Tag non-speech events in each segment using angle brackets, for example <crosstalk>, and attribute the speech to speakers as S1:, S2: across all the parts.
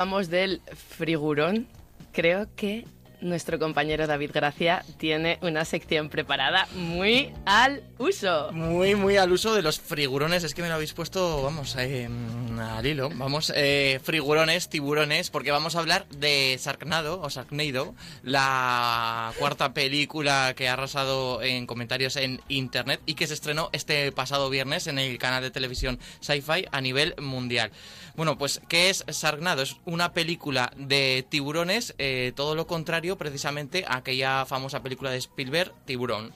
S1: Vamos del frigurón. Creo que nuestro compañero David Gracia tiene una sección preparada muy al uso.
S2: Muy, muy al uso de los frigurones. Es que me lo habéis puesto, vamos, eh, al hilo. Vamos, eh, frigurones, tiburones, porque vamos a hablar de Sharknado o Sharknado, la cuarta película que ha arrasado en comentarios en internet y que se estrenó este pasado viernes en el canal de televisión Sci-Fi a nivel mundial. Bueno, pues, ¿qué es Sharknado? Es una película de tiburones, eh, todo lo contrario precisamente a aquella famosa película de Spielberg, Tiburón.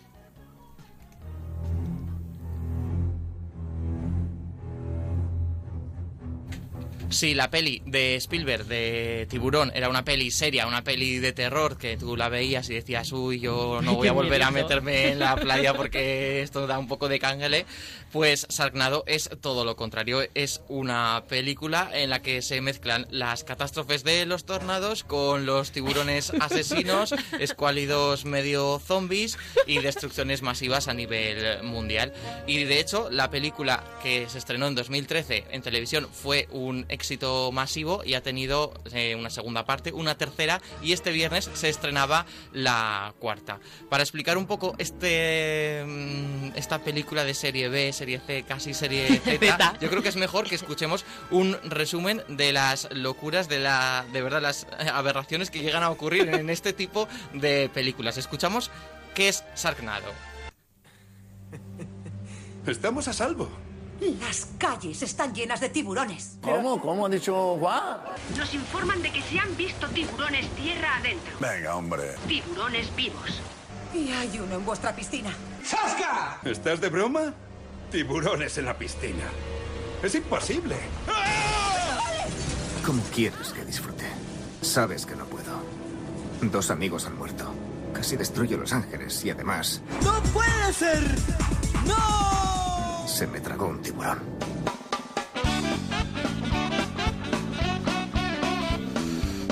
S2: Si la peli de Spielberg, de Tiburón, era una peli seria, una peli de terror, que tú la veías y decías, uy, yo no voy a
S1: Qué
S2: volver a
S1: miedito".
S2: meterme en la playa porque esto da un poco de cángale, pues Sargnado es todo lo contrario. Es una película en la que se mezclan las catástrofes de los tornados con los tiburones asesinos, escuálidos medio zombies y destrucciones masivas a nivel mundial. Y de hecho, la película que se estrenó en 2013 en televisión fue un éxito masivo y ha tenido eh, una segunda parte, una tercera y este viernes se estrenaba la cuarta. Para explicar un poco este mm, esta película de serie B, serie C, casi serie Z,
S1: Zeta.
S2: yo creo que es mejor que escuchemos un resumen de las locuras de la de verdad las eh, aberraciones que llegan a ocurrir en este tipo de películas. Escuchamos qué es Sargnado.
S3: Estamos a salvo.
S4: Las calles están llenas de tiburones.
S5: ¿Cómo? ¿Cómo ha dicho Juan?
S6: Nos informan de que se han visto tiburones tierra adentro.
S3: Venga, hombre.
S6: Tiburones vivos.
S4: Y hay uno en vuestra piscina.
S3: ¡Sasca! ¿Estás de broma? Tiburones en la piscina. Es imposible.
S7: ¿Cómo quieres que disfrute? Sabes que no puedo. Dos amigos han muerto. Casi destruyo Los Ángeles y además
S5: ¡No puede ser! ¡No!
S7: se me tragó un tiburón.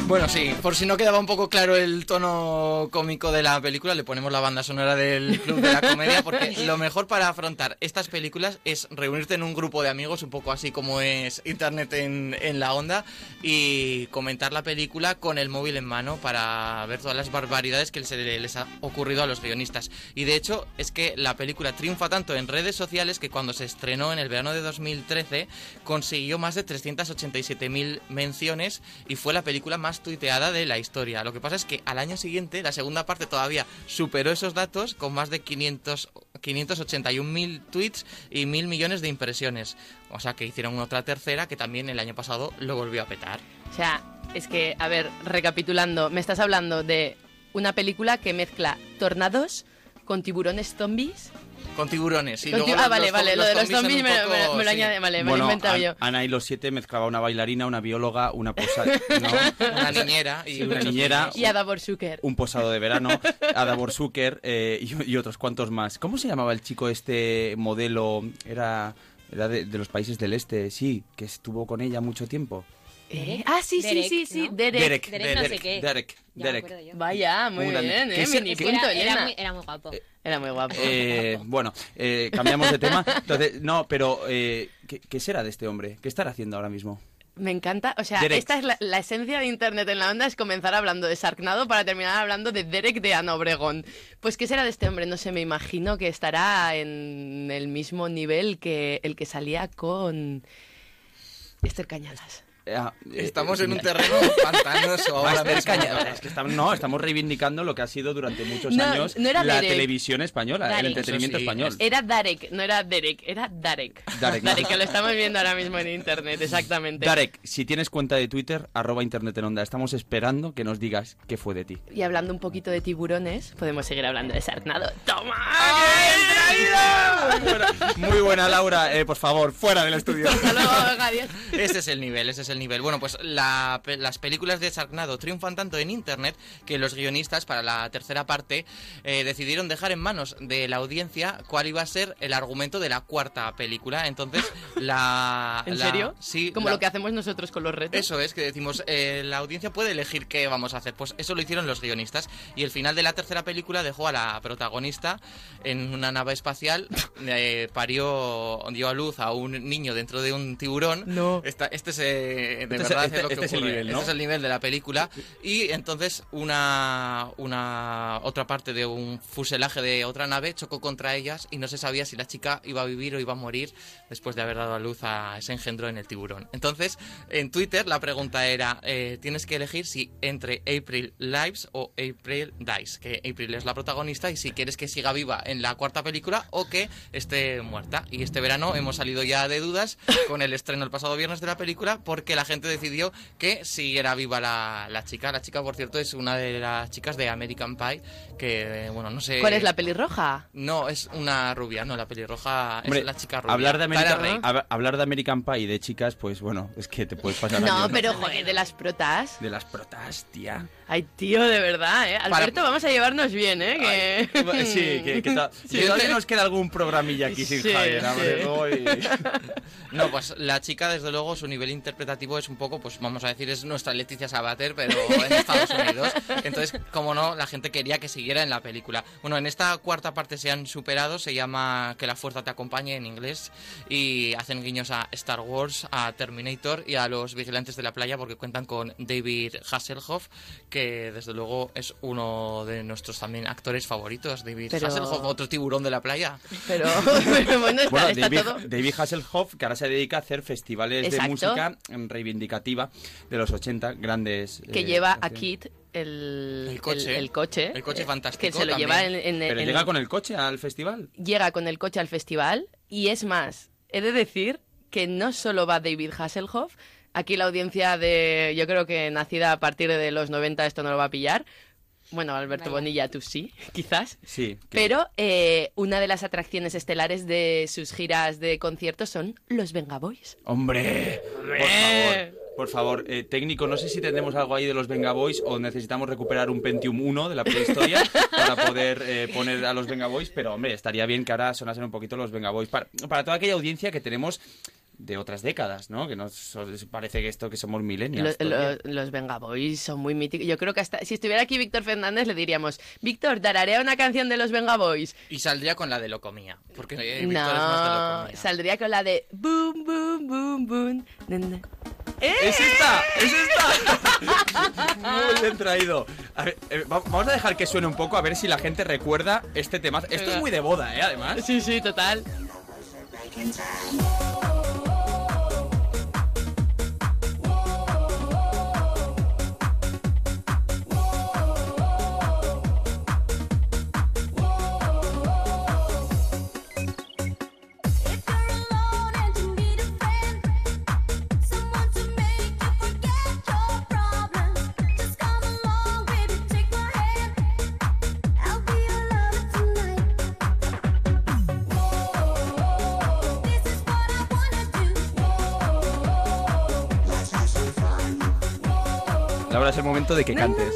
S2: Bueno, sí, por si no quedaba un poco claro el tono cómico de la película, le ponemos la banda sonora del Club de la Comedia, porque lo mejor para afrontar estas películas es reunirte en un grupo de amigos, un poco así como es Internet en, en la onda, y comentar la película con el móvil en mano para ver todas las barbaridades que se les ha ocurrido a los guionistas. Y de hecho, es que la película triunfa tanto en redes sociales que cuando se estrenó en el verano de 2013 consiguió más de 387.000 menciones y fue la película más tuiteada de la historia. Lo que pasa es que al año siguiente, la segunda parte todavía superó esos datos con más de 500 581.000 tweets y 1.000 millones de impresiones. O sea que hicieron otra tercera que también el año pasado lo volvió a petar.
S1: O sea, es que, a ver, recapitulando, me estás hablando de una película que mezcla tornados con tiburones zombies.
S2: Con tiburones. Y
S1: Con
S2: luego
S1: ti-
S2: los-
S1: ah, vale,
S2: los-
S1: vale, lo de los
S2: son
S1: zombies
S2: un
S1: me, lo- me lo-
S2: poco-
S1: me lo
S2: sí.
S1: añade, vale, me lo
S8: bueno,
S1: he inventado
S8: An-
S1: yo.
S8: Ana y los siete mezclaba una bailarina, una bióloga, una
S9: <laughs>
S8: posa, ¿no?
S2: Una niñera y
S8: Sí, una
S2: muchos
S8: niñera.
S2: niños.
S1: Y Ada Borsuker.
S8: un posado de verano, Ada Borsuker eh, y, y otros cuantos más. ¿Cómo se llamaba el chico este modelo? Era, era de, de los países del este, sí, que estuvo con ella mucho tiempo.
S1: ¿Eh? Ah, sí, sí,
S9: Derek,
S1: sí, sí,
S9: ¿no?
S1: Derek.
S8: Derek,
S9: Derek no sé qué.
S8: Derek,
S9: Ya
S8: Derek.
S9: me acuerdo yo.
S1: Vaya, muy,
S8: Muy grande.
S1: bien,
S8: ¿Qué
S1: ¿eh?
S8: ser-
S1: Mini
S9: Es
S8: qué-
S9: que
S1: punto,
S9: era, era
S1: Elena.
S9: muy, era muy guapo.
S1: Era muy guapo.
S8: Eh, bueno, eh, cambiamos de tema. Entonces, no, pero eh, ¿qué, qué será de este hombre? ¿Qué estará haciendo ahora mismo?
S1: Me encanta, o sea,
S8: Derek.
S1: esta es la, la esencia de Internet en la onda, es comenzar hablando de Sarknado para terminar hablando de Derek de Ana Obregón. Pues, ¿qué será de este hombre? No sé, me imagino que estará en el mismo nivel que el que salía con Esther Cañadas.
S8: Eh, ah, eh,
S2: Estamos
S8: eh,
S2: en un
S8: mira, <laughs>
S2: terreno pantanoso
S8: va a
S2: ahora
S8: estar
S2: mismo.
S8: callada. Es que estamos, no, estamos reivindicando lo que ha sido durante muchos
S1: No,
S8: años
S1: no era
S8: la
S1: Derek. Eh,
S8: televisión española, el
S9: Derek.
S2: Eso
S8: entretenimiento
S2: sí,
S8: español.
S1: Era Darek, no era Derek, era Darek.
S8: Darek, ¿no?
S1: que lo estamos viendo ahora mismo en Internet, exactamente.
S8: Darek, si tienes cuenta de Twitter, arroba internet en onda. Estamos esperando que nos digas qué fue de ti.
S1: Y hablando un poquito de tiburones, podemos seguir hablando de Sarknado. ¡Toma!
S8: Muy buena, muy buena, Laura. Eh, por favor, fuera del estudio.
S1: Hasta luego, venga, adiós.
S2: Ese es el nivel, ese es el nivel. Bueno, pues la pe- las películas de Sharknado triunfan tanto en internet que los guionistas para la tercera parte eh, decidieron dejar en manos de la audiencia cuál iba a ser el argumento de la cuarta película. Entonces, la...
S1: <laughs> ¿En
S2: la-
S1: serio?
S2: Sí.
S1: Como
S2: la-
S1: lo que hacemos nosotros con los retos.
S2: Eso es, que decimos, eh, la audiencia puede elegir qué vamos a hacer. Pues eso lo hicieron los guionistas. Y el final de la tercera película dejó a la protagonista en una nave espacial. eh, parió, dio a luz a un niño dentro de un tiburón.
S1: No.
S2: Esta- este se eh, de
S8: Este es-
S2: verdad
S8: este-
S2: es lo que
S8: este es el
S2: ocurre.
S8: nivel, ¿no?
S2: Este es el nivel de la película. Y entonces una, una otra parte de un fuselaje de otra nave chocó contra ellas y no se sabía si la chica iba a vivir o iba a morir después de haber dado a luz a ese engendro en el tiburón. Entonces, en Twitter la pregunta era, eh, tienes que elegir si entre April Lives o April Dies, que April es la protagonista y si quieres que siga viva en la cuarta película o que esté muerta. Y este verano hemos salido ya
S1: <laughs>
S2: de dudas con el estreno el pasado viernes de la película porque la gente decidió que si era viva la, la chica. La chica, por cierto, es una de las chicas de American Pie que, eh, bueno, no sé...
S1: ¿Cuál es la pelirroja?
S2: No, es una rubia, no, la pelirroja es
S8: Hombre,
S2: la chica rubia.
S8: hablar de,
S2: Tara Reid.
S8: American, hab- hablar de American Pie y de chicas, pues bueno, es que te puedes pasar
S1: No,
S8: años.
S1: pero joder, de las protas.
S8: De las protas, tía.
S1: Ay, tío, de verdad, ¿eh?
S2: Para-
S1: Alberto, vamos a llevarnos bien, ¿eh? Que- <laughs>
S8: Sí, que, que to- que todavía nos queda algún programilla aquí sin
S1: Sí,
S8: Javier.
S1: sí.
S8: hombre, voy.
S2: No, pues la chica, desde luego, su nivel interpretativo es un poco, pues vamos a decir, es nuestra Leticia Sabater, pero en Estados Unidos. Entonces, como no, la gente quería que siguiera en la película. Bueno, en esta cuarta parte se han superado, se llama Que la fuerza te acompañe en inglés, y hacen guiños a Star Wars, a Terminator y a los vigilantes de la playa, porque cuentan con David Hasselhoff, que desde luego es uno de nuestros también actores favoritos. David
S1: Pero-
S2: Hasselhoff, otro tiburón de la playa.
S1: Pero, pero bueno, <laughs> está,
S8: Bueno,
S1: está
S8: David,
S1: todo...
S8: David Hasselhoff, que ahora se dedica a hacer festivales
S1: Exacto.
S8: de música mm, reivindicativa de los 80, grandes.
S1: Que
S8: eh,
S1: lleva a
S8: canciones.
S1: Kit el,
S2: El coche.
S1: El, coche.
S2: El coche
S1: eh,
S2: fantástico
S1: Que se lo
S2: también.
S1: lleva en... en-
S8: Pero
S1: en-
S8: llega con el coche al festival.
S1: llega con el coche al festival y es más, he de decir que no solo va David Hasselhoff, aquí la audiencia de, yo creo que nacida a partir de los 90 esto no lo va a pillar, bueno, Alberto Bonilla, tú sí, <laughs> quizás,
S8: Sí. que-
S1: pero eh, una de las atracciones estelares de sus giras de conciertos son los Venga Boys.
S8: ¡Hombre! Por favor. Por favor, eh, técnico, no sé si tendremos algo ahí de los Venga Boys o necesitamos recuperar un Pentium 1 de
S1: <laughs>
S8: la prehistoria para poder eh, poner a los Venga Boys, pero hombre, estaría bien que ahora sonasen un poquito los Venga Boys para, para toda aquella audiencia que tenemos de otras décadas, ¿no? Que nos so- parece que esto que somos millennials.
S1: Los,
S8: todavía.
S1: los, los Venga Boys son muy míticos. Yo creo que hasta si estuviera aquí Víctor Fernández le diríamos, Víctor, tararea una canción de los Venga Boys.
S2: Y saldría con la de Locomía. Porque eh, Víctor es más de
S1: No,
S2: Locomía.
S1: saldría con la de boom, boom, boom, boom. na, na.
S8: ¡Es esta! ¡Es esta! <laughs> Muy bien traído. A ver, eh, va- vamos a dejar que suene un poco a ver si la gente recuerda este tema. Esto es muy de boda, ¿eh? Además.
S1: Sí, sí, total.
S8: Laura, es el momento de que cantes.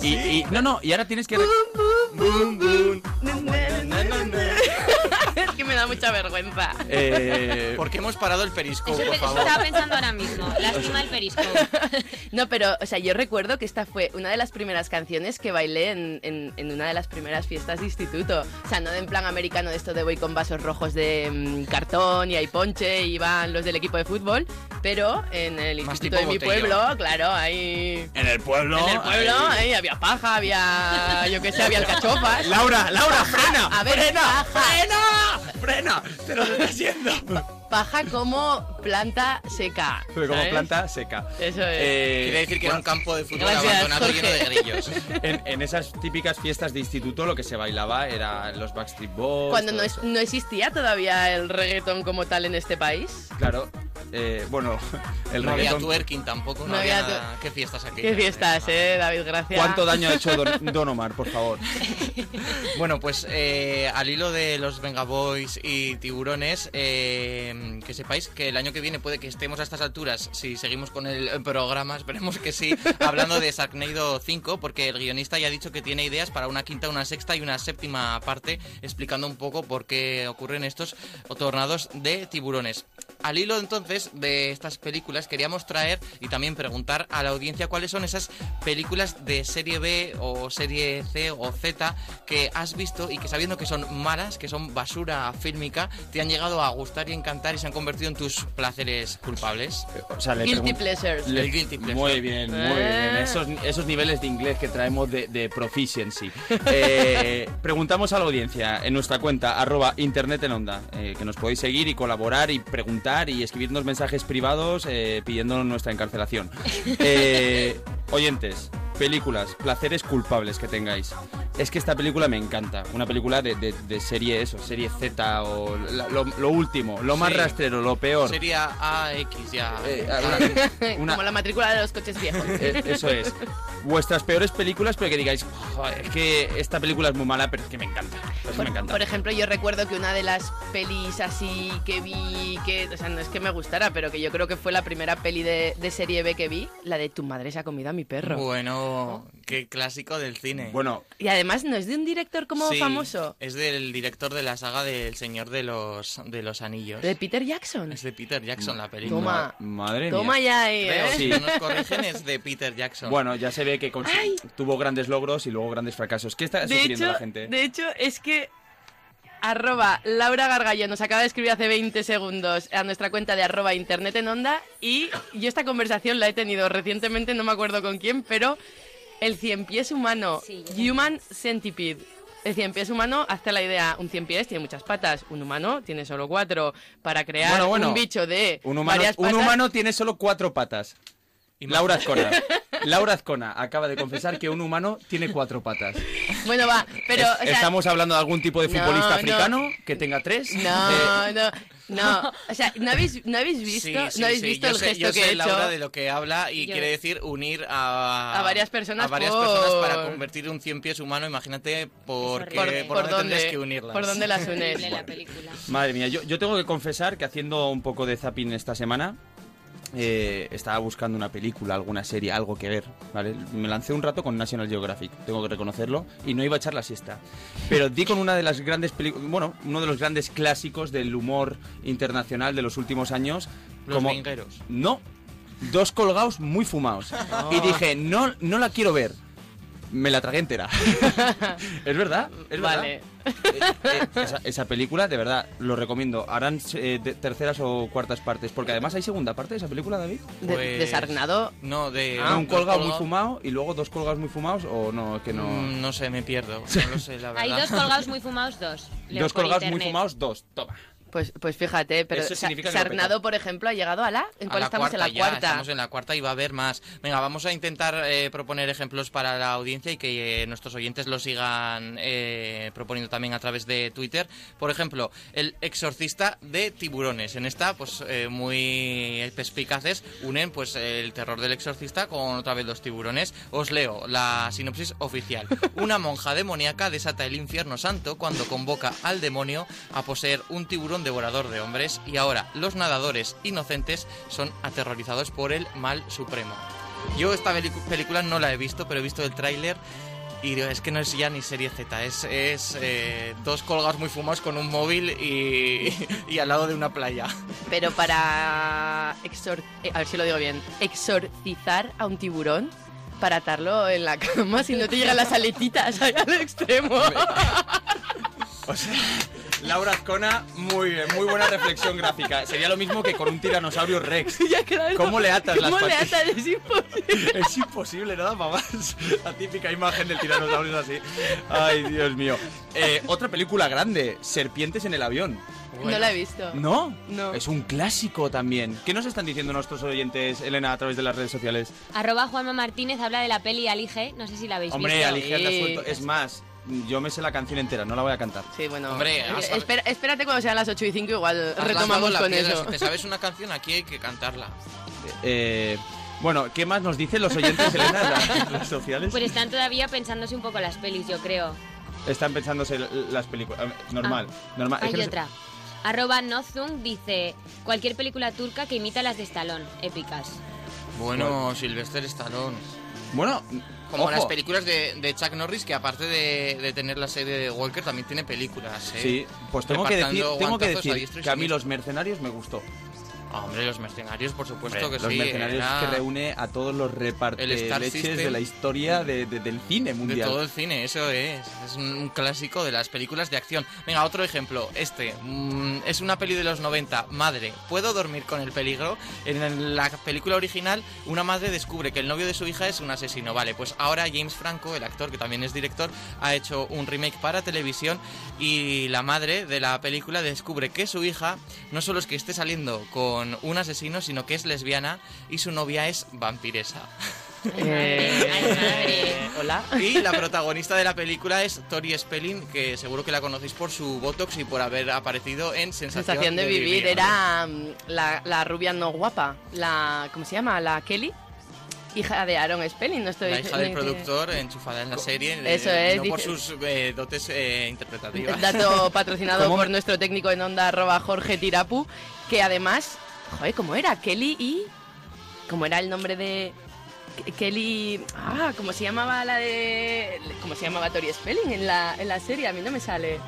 S8: Y, y- no, no, y ahora tienes que... Boom, boom.
S1: Es que me da mucha vergüenza.
S8: Eh,
S2: ¿Por qué hemos parado el periscope,
S9: Eso
S2: por
S9: pe- eso
S2: favor?
S9: estaba pensando ahora mismo. Lástima el periscope.
S1: No, pero, o sea, yo recuerdo que esta fue una de las primeras canciones que bailé en, en- en una de las primeras fiestas de instituto. O sea, no de en plan americano de esto de voy con vasos rojos de mm, cartón y hay ponche y van los del equipo de fútbol, pero en el
S2: Más
S1: instituto
S2: tipo
S1: de mi
S2: botellón.
S1: pueblo, claro, ahí...
S8: en el pueblo...
S1: En el pueblo
S8: eh,
S1: ahí había paja, había, yo qué sé, había alcachofas.
S8: Laura, Laura, frena.
S1: A ver,
S8: frena,
S1: baja.
S8: frena, frena. Te lo estoy haciendo.
S1: Paja como planta seca.
S8: Pero como
S1: ¿sabes?
S8: planta seca.
S1: Eso es.
S8: Eh,
S2: Quiere decir que era un campo de fútbol
S1: Gracias,
S2: abandonado
S1: Jorge.
S2: lleno de grillos.
S8: En, en esas típicas fiestas de instituto lo que se bailaba era los Backstreet Boys.
S1: Cuando
S8: todo
S1: no, es-
S8: eso.
S1: no existía todavía el reggaetón como tal en este país.
S8: Claro, eh, bueno, <laughs> el
S2: no había
S8: reggaetón.
S2: twerking tampoco, no,
S1: No
S2: había...
S1: había
S2: nada. ¿Qué fiestas aquí?
S1: Qué fiestas, eh, David, gracias.
S8: ¿Cuánto daño ha hecho Don, Don Omar, por favor?
S2: Bueno, pues eh, al hilo de los Venga Boys y tiburones, eh, que sepáis que el año que viene puede que estemos a estas alturas, si seguimos con el programa, esperemos que sí, hablando de Sharknado 5, porque el guionista ya ha dicho que tiene ideas para una quinta, una sexta y una séptima parte, explicando un poco por qué ocurren estos tornados de tiburones. Al hilo entonces después de estas películas, queríamos traer y también preguntar a la audiencia cuáles son esas películas de serie B o serie C o Z que has visto y que sabiendo que son malas, que son basura fílmica, te han llegado a gustar y encantar y se han convertido en tus placeres culpables.
S8: O sea, le
S1: Guilty
S8: pregun-
S1: pleasures.
S8: le-
S2: El guilty pleasure.
S8: Muy bien, muy
S1: Eh.
S8: bien. Esos, esos niveles de inglés que traemos de,
S1: <laughs>
S8: de proficiency. Eh, preguntamos a la audiencia en nuestra cuenta, arroba internet en onda, eh, que nos podéis seguir y colaborar y preguntar y escribirnos mensajes privados eh, pidiendo
S1: <laughs>
S8: nuestra encarcelación. Eh, oyentes. Películas, placeres culpables que tengáis. Es que esta película me encanta. Una película de, de- de serie eso, serie Z o la- lo, lo último, lo más
S2: Sí.
S8: rastrero, lo peor.
S2: Sería AX ya. Ah.
S8: Eh, una-
S1: <laughs>
S8: una-
S1: Como la matrícula de los coches viejos.
S8: eh, Eso es. Vuestras peores películas, pero que digáis, "Joder, es que esta película es muy mala, pero es que me encanta. Es que me encanta.
S1: Por ejemplo, yo recuerdo que una de las pelis así que vi, que, o sea, no es que me gustara, pero que yo creo que fue la primera peli de, de serie B que vi, la de Tu madre se ha comido a mi perro.
S2: Bueno, qué clásico del cine.
S8: bueno,
S1: Y además no es de un director como
S2: Sí,
S1: famoso,
S2: Es del director de la saga del Señor de los, de los Anillos.
S1: de Peter Jackson.
S2: Es de Peter Jackson la película.
S1: Toma.
S8: ma- madre
S1: Toma
S8: mía.
S1: ya ahí,
S2: Creo,
S1: ¿eh?
S2: si no nos corrigen, es de Peter Jackson.
S8: Bueno, ya se ve que consi- tuvo grandes logros y luego grandes fracasos. ¿Qué está
S1: De
S8: sufriendo
S1: hecho,
S8: la gente?
S1: de hecho, es que arroba Laura Gargallo nos acaba de escribir hace 20 segundos a nuestra cuenta de arroba internet en onda y yo esta conversación la he tenido recientemente, no me acuerdo con quién, pero el cien pies humano,
S9: Sí, yo también.
S1: Human Centipede. El cien pies humano, hazte la idea, un cien pies tiene muchas patas, un humano tiene solo cuatro. Para crear
S8: Bueno, bueno,
S1: un bicho de
S8: Un humano,
S1: varias
S8: un
S1: patas-
S8: humano tiene solo cuatro patas. Laura Azcona. Laura Azcona acaba de confesar que un humano tiene cuatro patas.
S1: Bueno, va, pero...
S8: Es-
S1: o sea,
S8: ¿Estamos hablando de algún tipo de
S1: No,
S8: futbolista
S1: no.
S8: africano que tenga tres?
S1: <laughs>
S8: Eh,
S1: No, no, no. <laughs> O sea, ¿no habéis, no habéis visto,
S2: Sí, sí,
S1: ¿no habéis
S2: sí,
S1: visto
S2: yo
S1: el
S2: sé-
S1: gesto
S2: yo
S1: que
S2: sé,
S1: he hecho?
S2: Laura de lo que habla y
S9: Yo-
S2: quiere decir unir a,
S1: A varias personas
S2: a varias
S1: por-
S2: personas para convertir un cien pies humano. Imagínate por,
S9: Es
S2: qué-
S9: horrible.
S2: por, dónde tendrías que unirlas.
S1: por dónde <laughs> las unes.
S9: Horrible la película.
S8: Madre mía, yo, yo tengo que confesar que haciendo un poco de zapping esta semana, eh, estaba buscando una película, alguna serie, algo que ver, ¿vale? Me lancé un rato con National Geographic, tengo que reconocerlo, y no iba a echar la siesta. Pero di con una de las grandes películas, bueno, uno de los grandes clásicos del humor internacional de los últimos años.
S2: Los vingueros.
S8: No, dos colgados muy fumados. Y dije, no, no la quiero ver. Me la tragué entera. <laughs> es verdad, es verdad.
S1: Vale.
S8: Eh, eh, esa, esa película, de verdad, lo recomiendo. Harán eh, te- terceras o cuartas partes, porque además hay segunda parte de esa película, David.
S1: De-
S2: Pues-
S1: Desarnado.
S2: No, de...
S8: Ah, un
S2: de
S8: colgado muy fumado y luego dos colgados muy fumados, o no, es que no.
S2: Mm, No sé, me
S8: <laughs>
S2: pierdo. No lo sé, la verdad.
S9: Hay dos colgados muy fumados, dos. Leo
S8: dos
S9: por
S8: colgados muy
S9: internet.
S8: fumados, dos. Toma.
S1: Pues, pues fíjate, pero
S8: Eso
S1: Sa-
S8: significa que lo
S1: Sarnado,
S8: peta.
S1: por ejemplo, ha llegado a la. ¿En
S2: A
S1: cuál
S2: la
S1: estamos?
S2: cuarta
S1: en la
S2: ya,
S1: cuarta.
S2: Estamos en la cuarta y va a haber más. Venga, vamos a intentar eh, proponer ejemplos para la audiencia y que eh, nuestros oyentes lo sigan eh, proponiendo también a través de Twitter. Por ejemplo, el exorcista de tiburones. En esta, pues eh, muy perspicaces, unen pues el terror del exorcista con otra vez los tiburones. Os leo la sinopsis
S1: <laughs>
S2: oficial. Una monja demoníaca desata el infierno santo cuando convoca al demonio a poseer un tiburón devorador de hombres y ahora los nadadores inocentes son aterrorizados por el mal supremo. Yo esta pelicu- película no la he visto, pero he visto el tráiler y digo, es que no es ya ni serie Z, es, es eh, dos colgados muy fumados con un móvil y, <laughs> y al lado de una playa.
S1: Pero para. exor- eh, a ver si lo digo bien. Exorcizar a un tiburón para atarlo en la cama si no te llegan las <laughs> aletitas ahí al extremo.
S8: <laughs> Laura Azcona, muy bien, muy buena reflexión gráfica. Sería lo mismo que con un tiranosaurio Rex.
S1: <laughs> Ya, claro.
S8: ¿Cómo le atas las
S1: ¿Cómo le
S8: patas?
S1: atas? Es imposible.
S8: <laughs> Es imposible, nada más. <laughs> La típica imagen del tiranosaurio así. Ay, Dios mío. Eh, otra película grande, Serpientes en el avión.
S1: No la he visto.
S8: ¿No?
S1: No.
S8: Es un clásico también. ¿Qué nos están diciendo nuestros oyentes, Elena, a través de las redes sociales?
S9: Arroba Juanma Martínez habla de la peli Alige. No sé si la habéis
S8: Hombre,
S9: visto.
S8: Alicia, te has
S1: Sí.
S8: suelto. Es más, yo me sé la canción entera, no la voy a cantar.
S1: Sí, bueno.
S2: Hombre,
S1: eh,
S2: has-
S1: espera- espérate cuando sean las 8 y 5, igual
S2: Has lanzado
S1: retomamos
S2: la
S1: con
S2: piedra,
S1: eso.
S2: Si te sabes una canción, aquí hay que cantarla.
S8: Eh, bueno, ¿qué más nos dicen los oyentes, Elena, en las redes sociales?
S9: Pues están todavía pensándose un poco las pelis, yo creo.
S8: Están pensándose las películas. Eh, Normal, normal. Es
S9: Ah, Hay
S8: que no sé-
S9: otra. Arroba Nozung dice cualquier película turca que imita las de Stallone, épicas.
S2: Bueno, Sylvester Stallone.
S8: Bueno,
S2: Como
S8: ojo.
S2: las películas de, de Chuck Norris, que aparte de, de tener la serie de Walker, también tiene películas. ¿eh?
S8: Sí, pues tengo que
S2: Repartando
S8: decir, tengo que,
S2: guantazos a
S8: decir
S2: diestra y
S8: que a mí
S2: siniestra.
S8: Los Mercenarios me gustó.
S2: Ah, hombre, los mercenarios, por supuesto
S8: Hombre,
S2: que
S8: los
S2: sí.
S8: mercenarios
S2: era
S8: que reúne a todos los
S2: El Star
S8: reparteleches
S2: System.
S8: de la historia de- de- del cine
S2: de
S8: mundial.
S2: todo el cine, eso es. Es un un clásico de las películas de acción. Venga, otro ejemplo. Este mm, es una peli de los 90. Madre, ¿puedo dormir con el peligro? En la película original, una madre descubre que el novio de su hija es un asesino. Vale, pues ahora James Franco, el actor que también es director, ha hecho un remake para televisión y la madre de la película descubre que su hija no solo es que esté saliendo con un asesino, sino que es lesbiana y su novia es vampiresa.
S9: Ay, madre, ay, madre.
S1: Eh, Hola.
S2: Y la protagonista de la película es Tori Spelling, que seguro que la conocéis por su botox y por haber aparecido en Sensación,
S1: Sensación de vivir. Era mm, la, la rubia no guapa. La, ¿Cómo se llama? La Kelly. Hija de Aaron Spelling. No estoy
S2: La hija del
S1: eh,
S2: productor enchufada en la serie, eh,
S1: Eso es,
S2: no por
S1: dice-
S2: sus eh, dotes eh,
S1: <laughs>
S2: interpretativas.
S1: Dato patrocinado por nuestro técnico en onda, arroba Jorge Tirapu, que además, joder, ¿cómo era? Kelly y... ¿Cómo era el nombre de...? Ke- Kelly... Ah, ¿cómo se llamaba la de...? ¿Cómo se llamaba Tori Spelling en la, en la serie? A mí no me sale...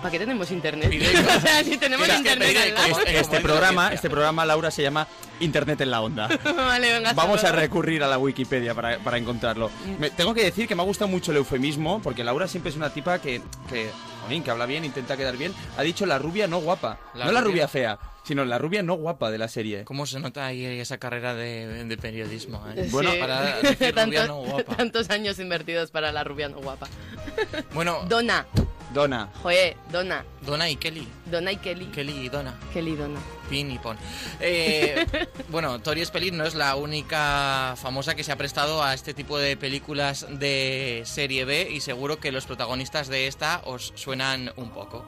S1: ¿Para qué tenemos internet?
S2: Pide-
S1: <laughs> o sea, si tenemos
S2: Mira,
S1: internet
S2: pide-
S1: al lado. <laughs>
S2: Como- como
S8: Este
S2: en
S8: programa,
S2: Francia.
S8: este programa, Laura, se llama Internet en la onda.
S1: Vale, venga, hasta
S8: Vamos a
S1: luego.
S8: recurrir a la Wikipedia para, para encontrarlo. Me- tengo que decir que me ha gustado mucho el eufemismo, porque Laura siempre es una tipa que, que, jolín, que habla bien, intenta quedar bien. Ha dicho la rubia no guapa.
S2: La
S8: no la
S2: rubia.
S8: rubia fea, sino la rubia no guapa de la serie.
S2: ¿Cómo se nota ahí esa carrera de, de periodismo? eh?
S1: Sí.
S2: Bueno, para
S1: <laughs>
S2: decir
S1: Tanto-
S2: rubia no guapa.
S1: Tantos años invertidos para la rubia no guapa.
S2: Bueno,
S1: Donna,
S8: Donna.
S1: joder, Donna.
S2: Donna y Kelly.
S1: Donna y Kelly.
S2: Kelly y Donna.
S1: Kelly y Donna.
S2: Pin y pon.
S1: <laughs>
S2: Eh, bueno, Tori Spelling no es la única famosa que se ha prestado a este tipo de películas de serie B y seguro que los protagonistas de esta os suenan un poco.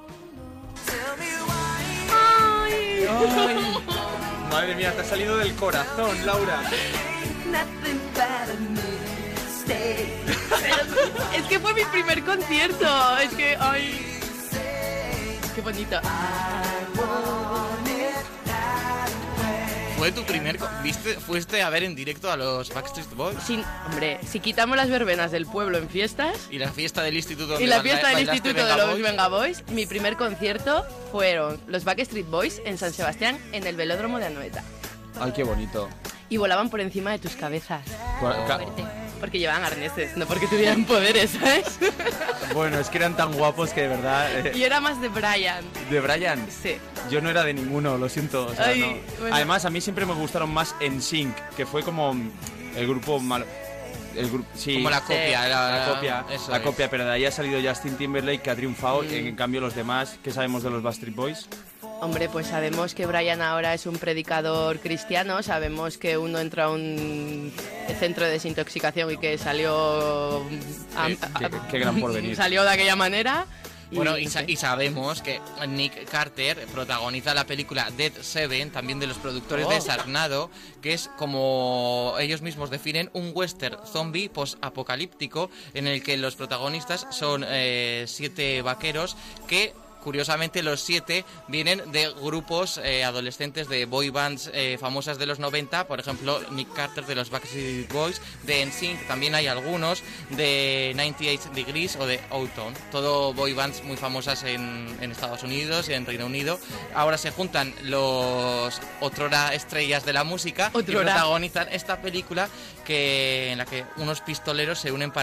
S8: Madre mía, te ha salido del corazón, Laura.
S1: Es que fue mi primer concierto. Es que, ay. Qué bonito.
S2: Fue tu primer... co- ¿Viste? Fuiste a ver en directo a los Backstreet Boys
S1: Sin, hombre, si quitamos las verbenas del pueblo en fiestas
S2: y la fiesta del instituto. donde
S1: y la
S2: baila-
S1: fiesta del
S2: bailaste
S1: Instituto de
S2: Venga
S1: los
S2: Boys.
S1: Venga Boys, mi primer concierto fueron los Backstreet Boys en San Sebastián en el velódromo de Anoeta.
S8: Ay, qué bonito.
S1: Y volaban por encima de tus cabezas.
S8: Cua- ca-
S1: Porque llevaban arneses, no porque tuvieran poderes, ¿sabes?
S8: Bueno, es que eran tan guapos que de verdad. eh,
S1: Y era más de Brian.
S8: de Brian,
S1: Sí.
S8: yo no era de ninguno, lo siento. o sea,
S1: Ay,
S8: no.
S1: bueno.
S8: Además, a mí siempre me gustaron más En Sync, que fue como mm, el grupo malo. El grupo, sí,
S2: Como la
S1: Sí.
S2: copia.
S8: la copia,
S2: eso
S8: la
S2: es.
S8: copia, pero de ahí ha salido Justin Timberlake que ha triunfado. En, en cambio, los demás, ¿qué sabemos de los Backstreet Boys?
S1: Hombre, pues sabemos que Brian ahora es un predicador cristiano, sabemos que uno entra a un centro de desintoxicación y que salió... a-
S2: Qué-
S1: a-
S8: qué-
S1: <laughs>
S8: qué gran porvenir.
S1: Salió de aquella manera. y-
S2: Bueno, y, sa- y sabemos que Nick Carter protagoniza la película Dead Seven, también de los productores de Sarnado, que es como ellos mismos definen un western zombie post-apocalíptico en el que los protagonistas son eh, siete vaqueros que... Curiosamente, los siete vienen de grupos eh, adolescentes de boy bands eh, famosas de los 90, por ejemplo, Nick Carter de los Backstreet Boys, de NSYNC también hay algunos, de 98 Degrees o de Outon. Todo boy bands muy famosas en, en Estados Unidos y en Reino Unido. Ahora se juntan los otrora estrellas de la música y
S1: Otrora.
S2: protagonizan esta película que, en la que unos pistoleros se unen para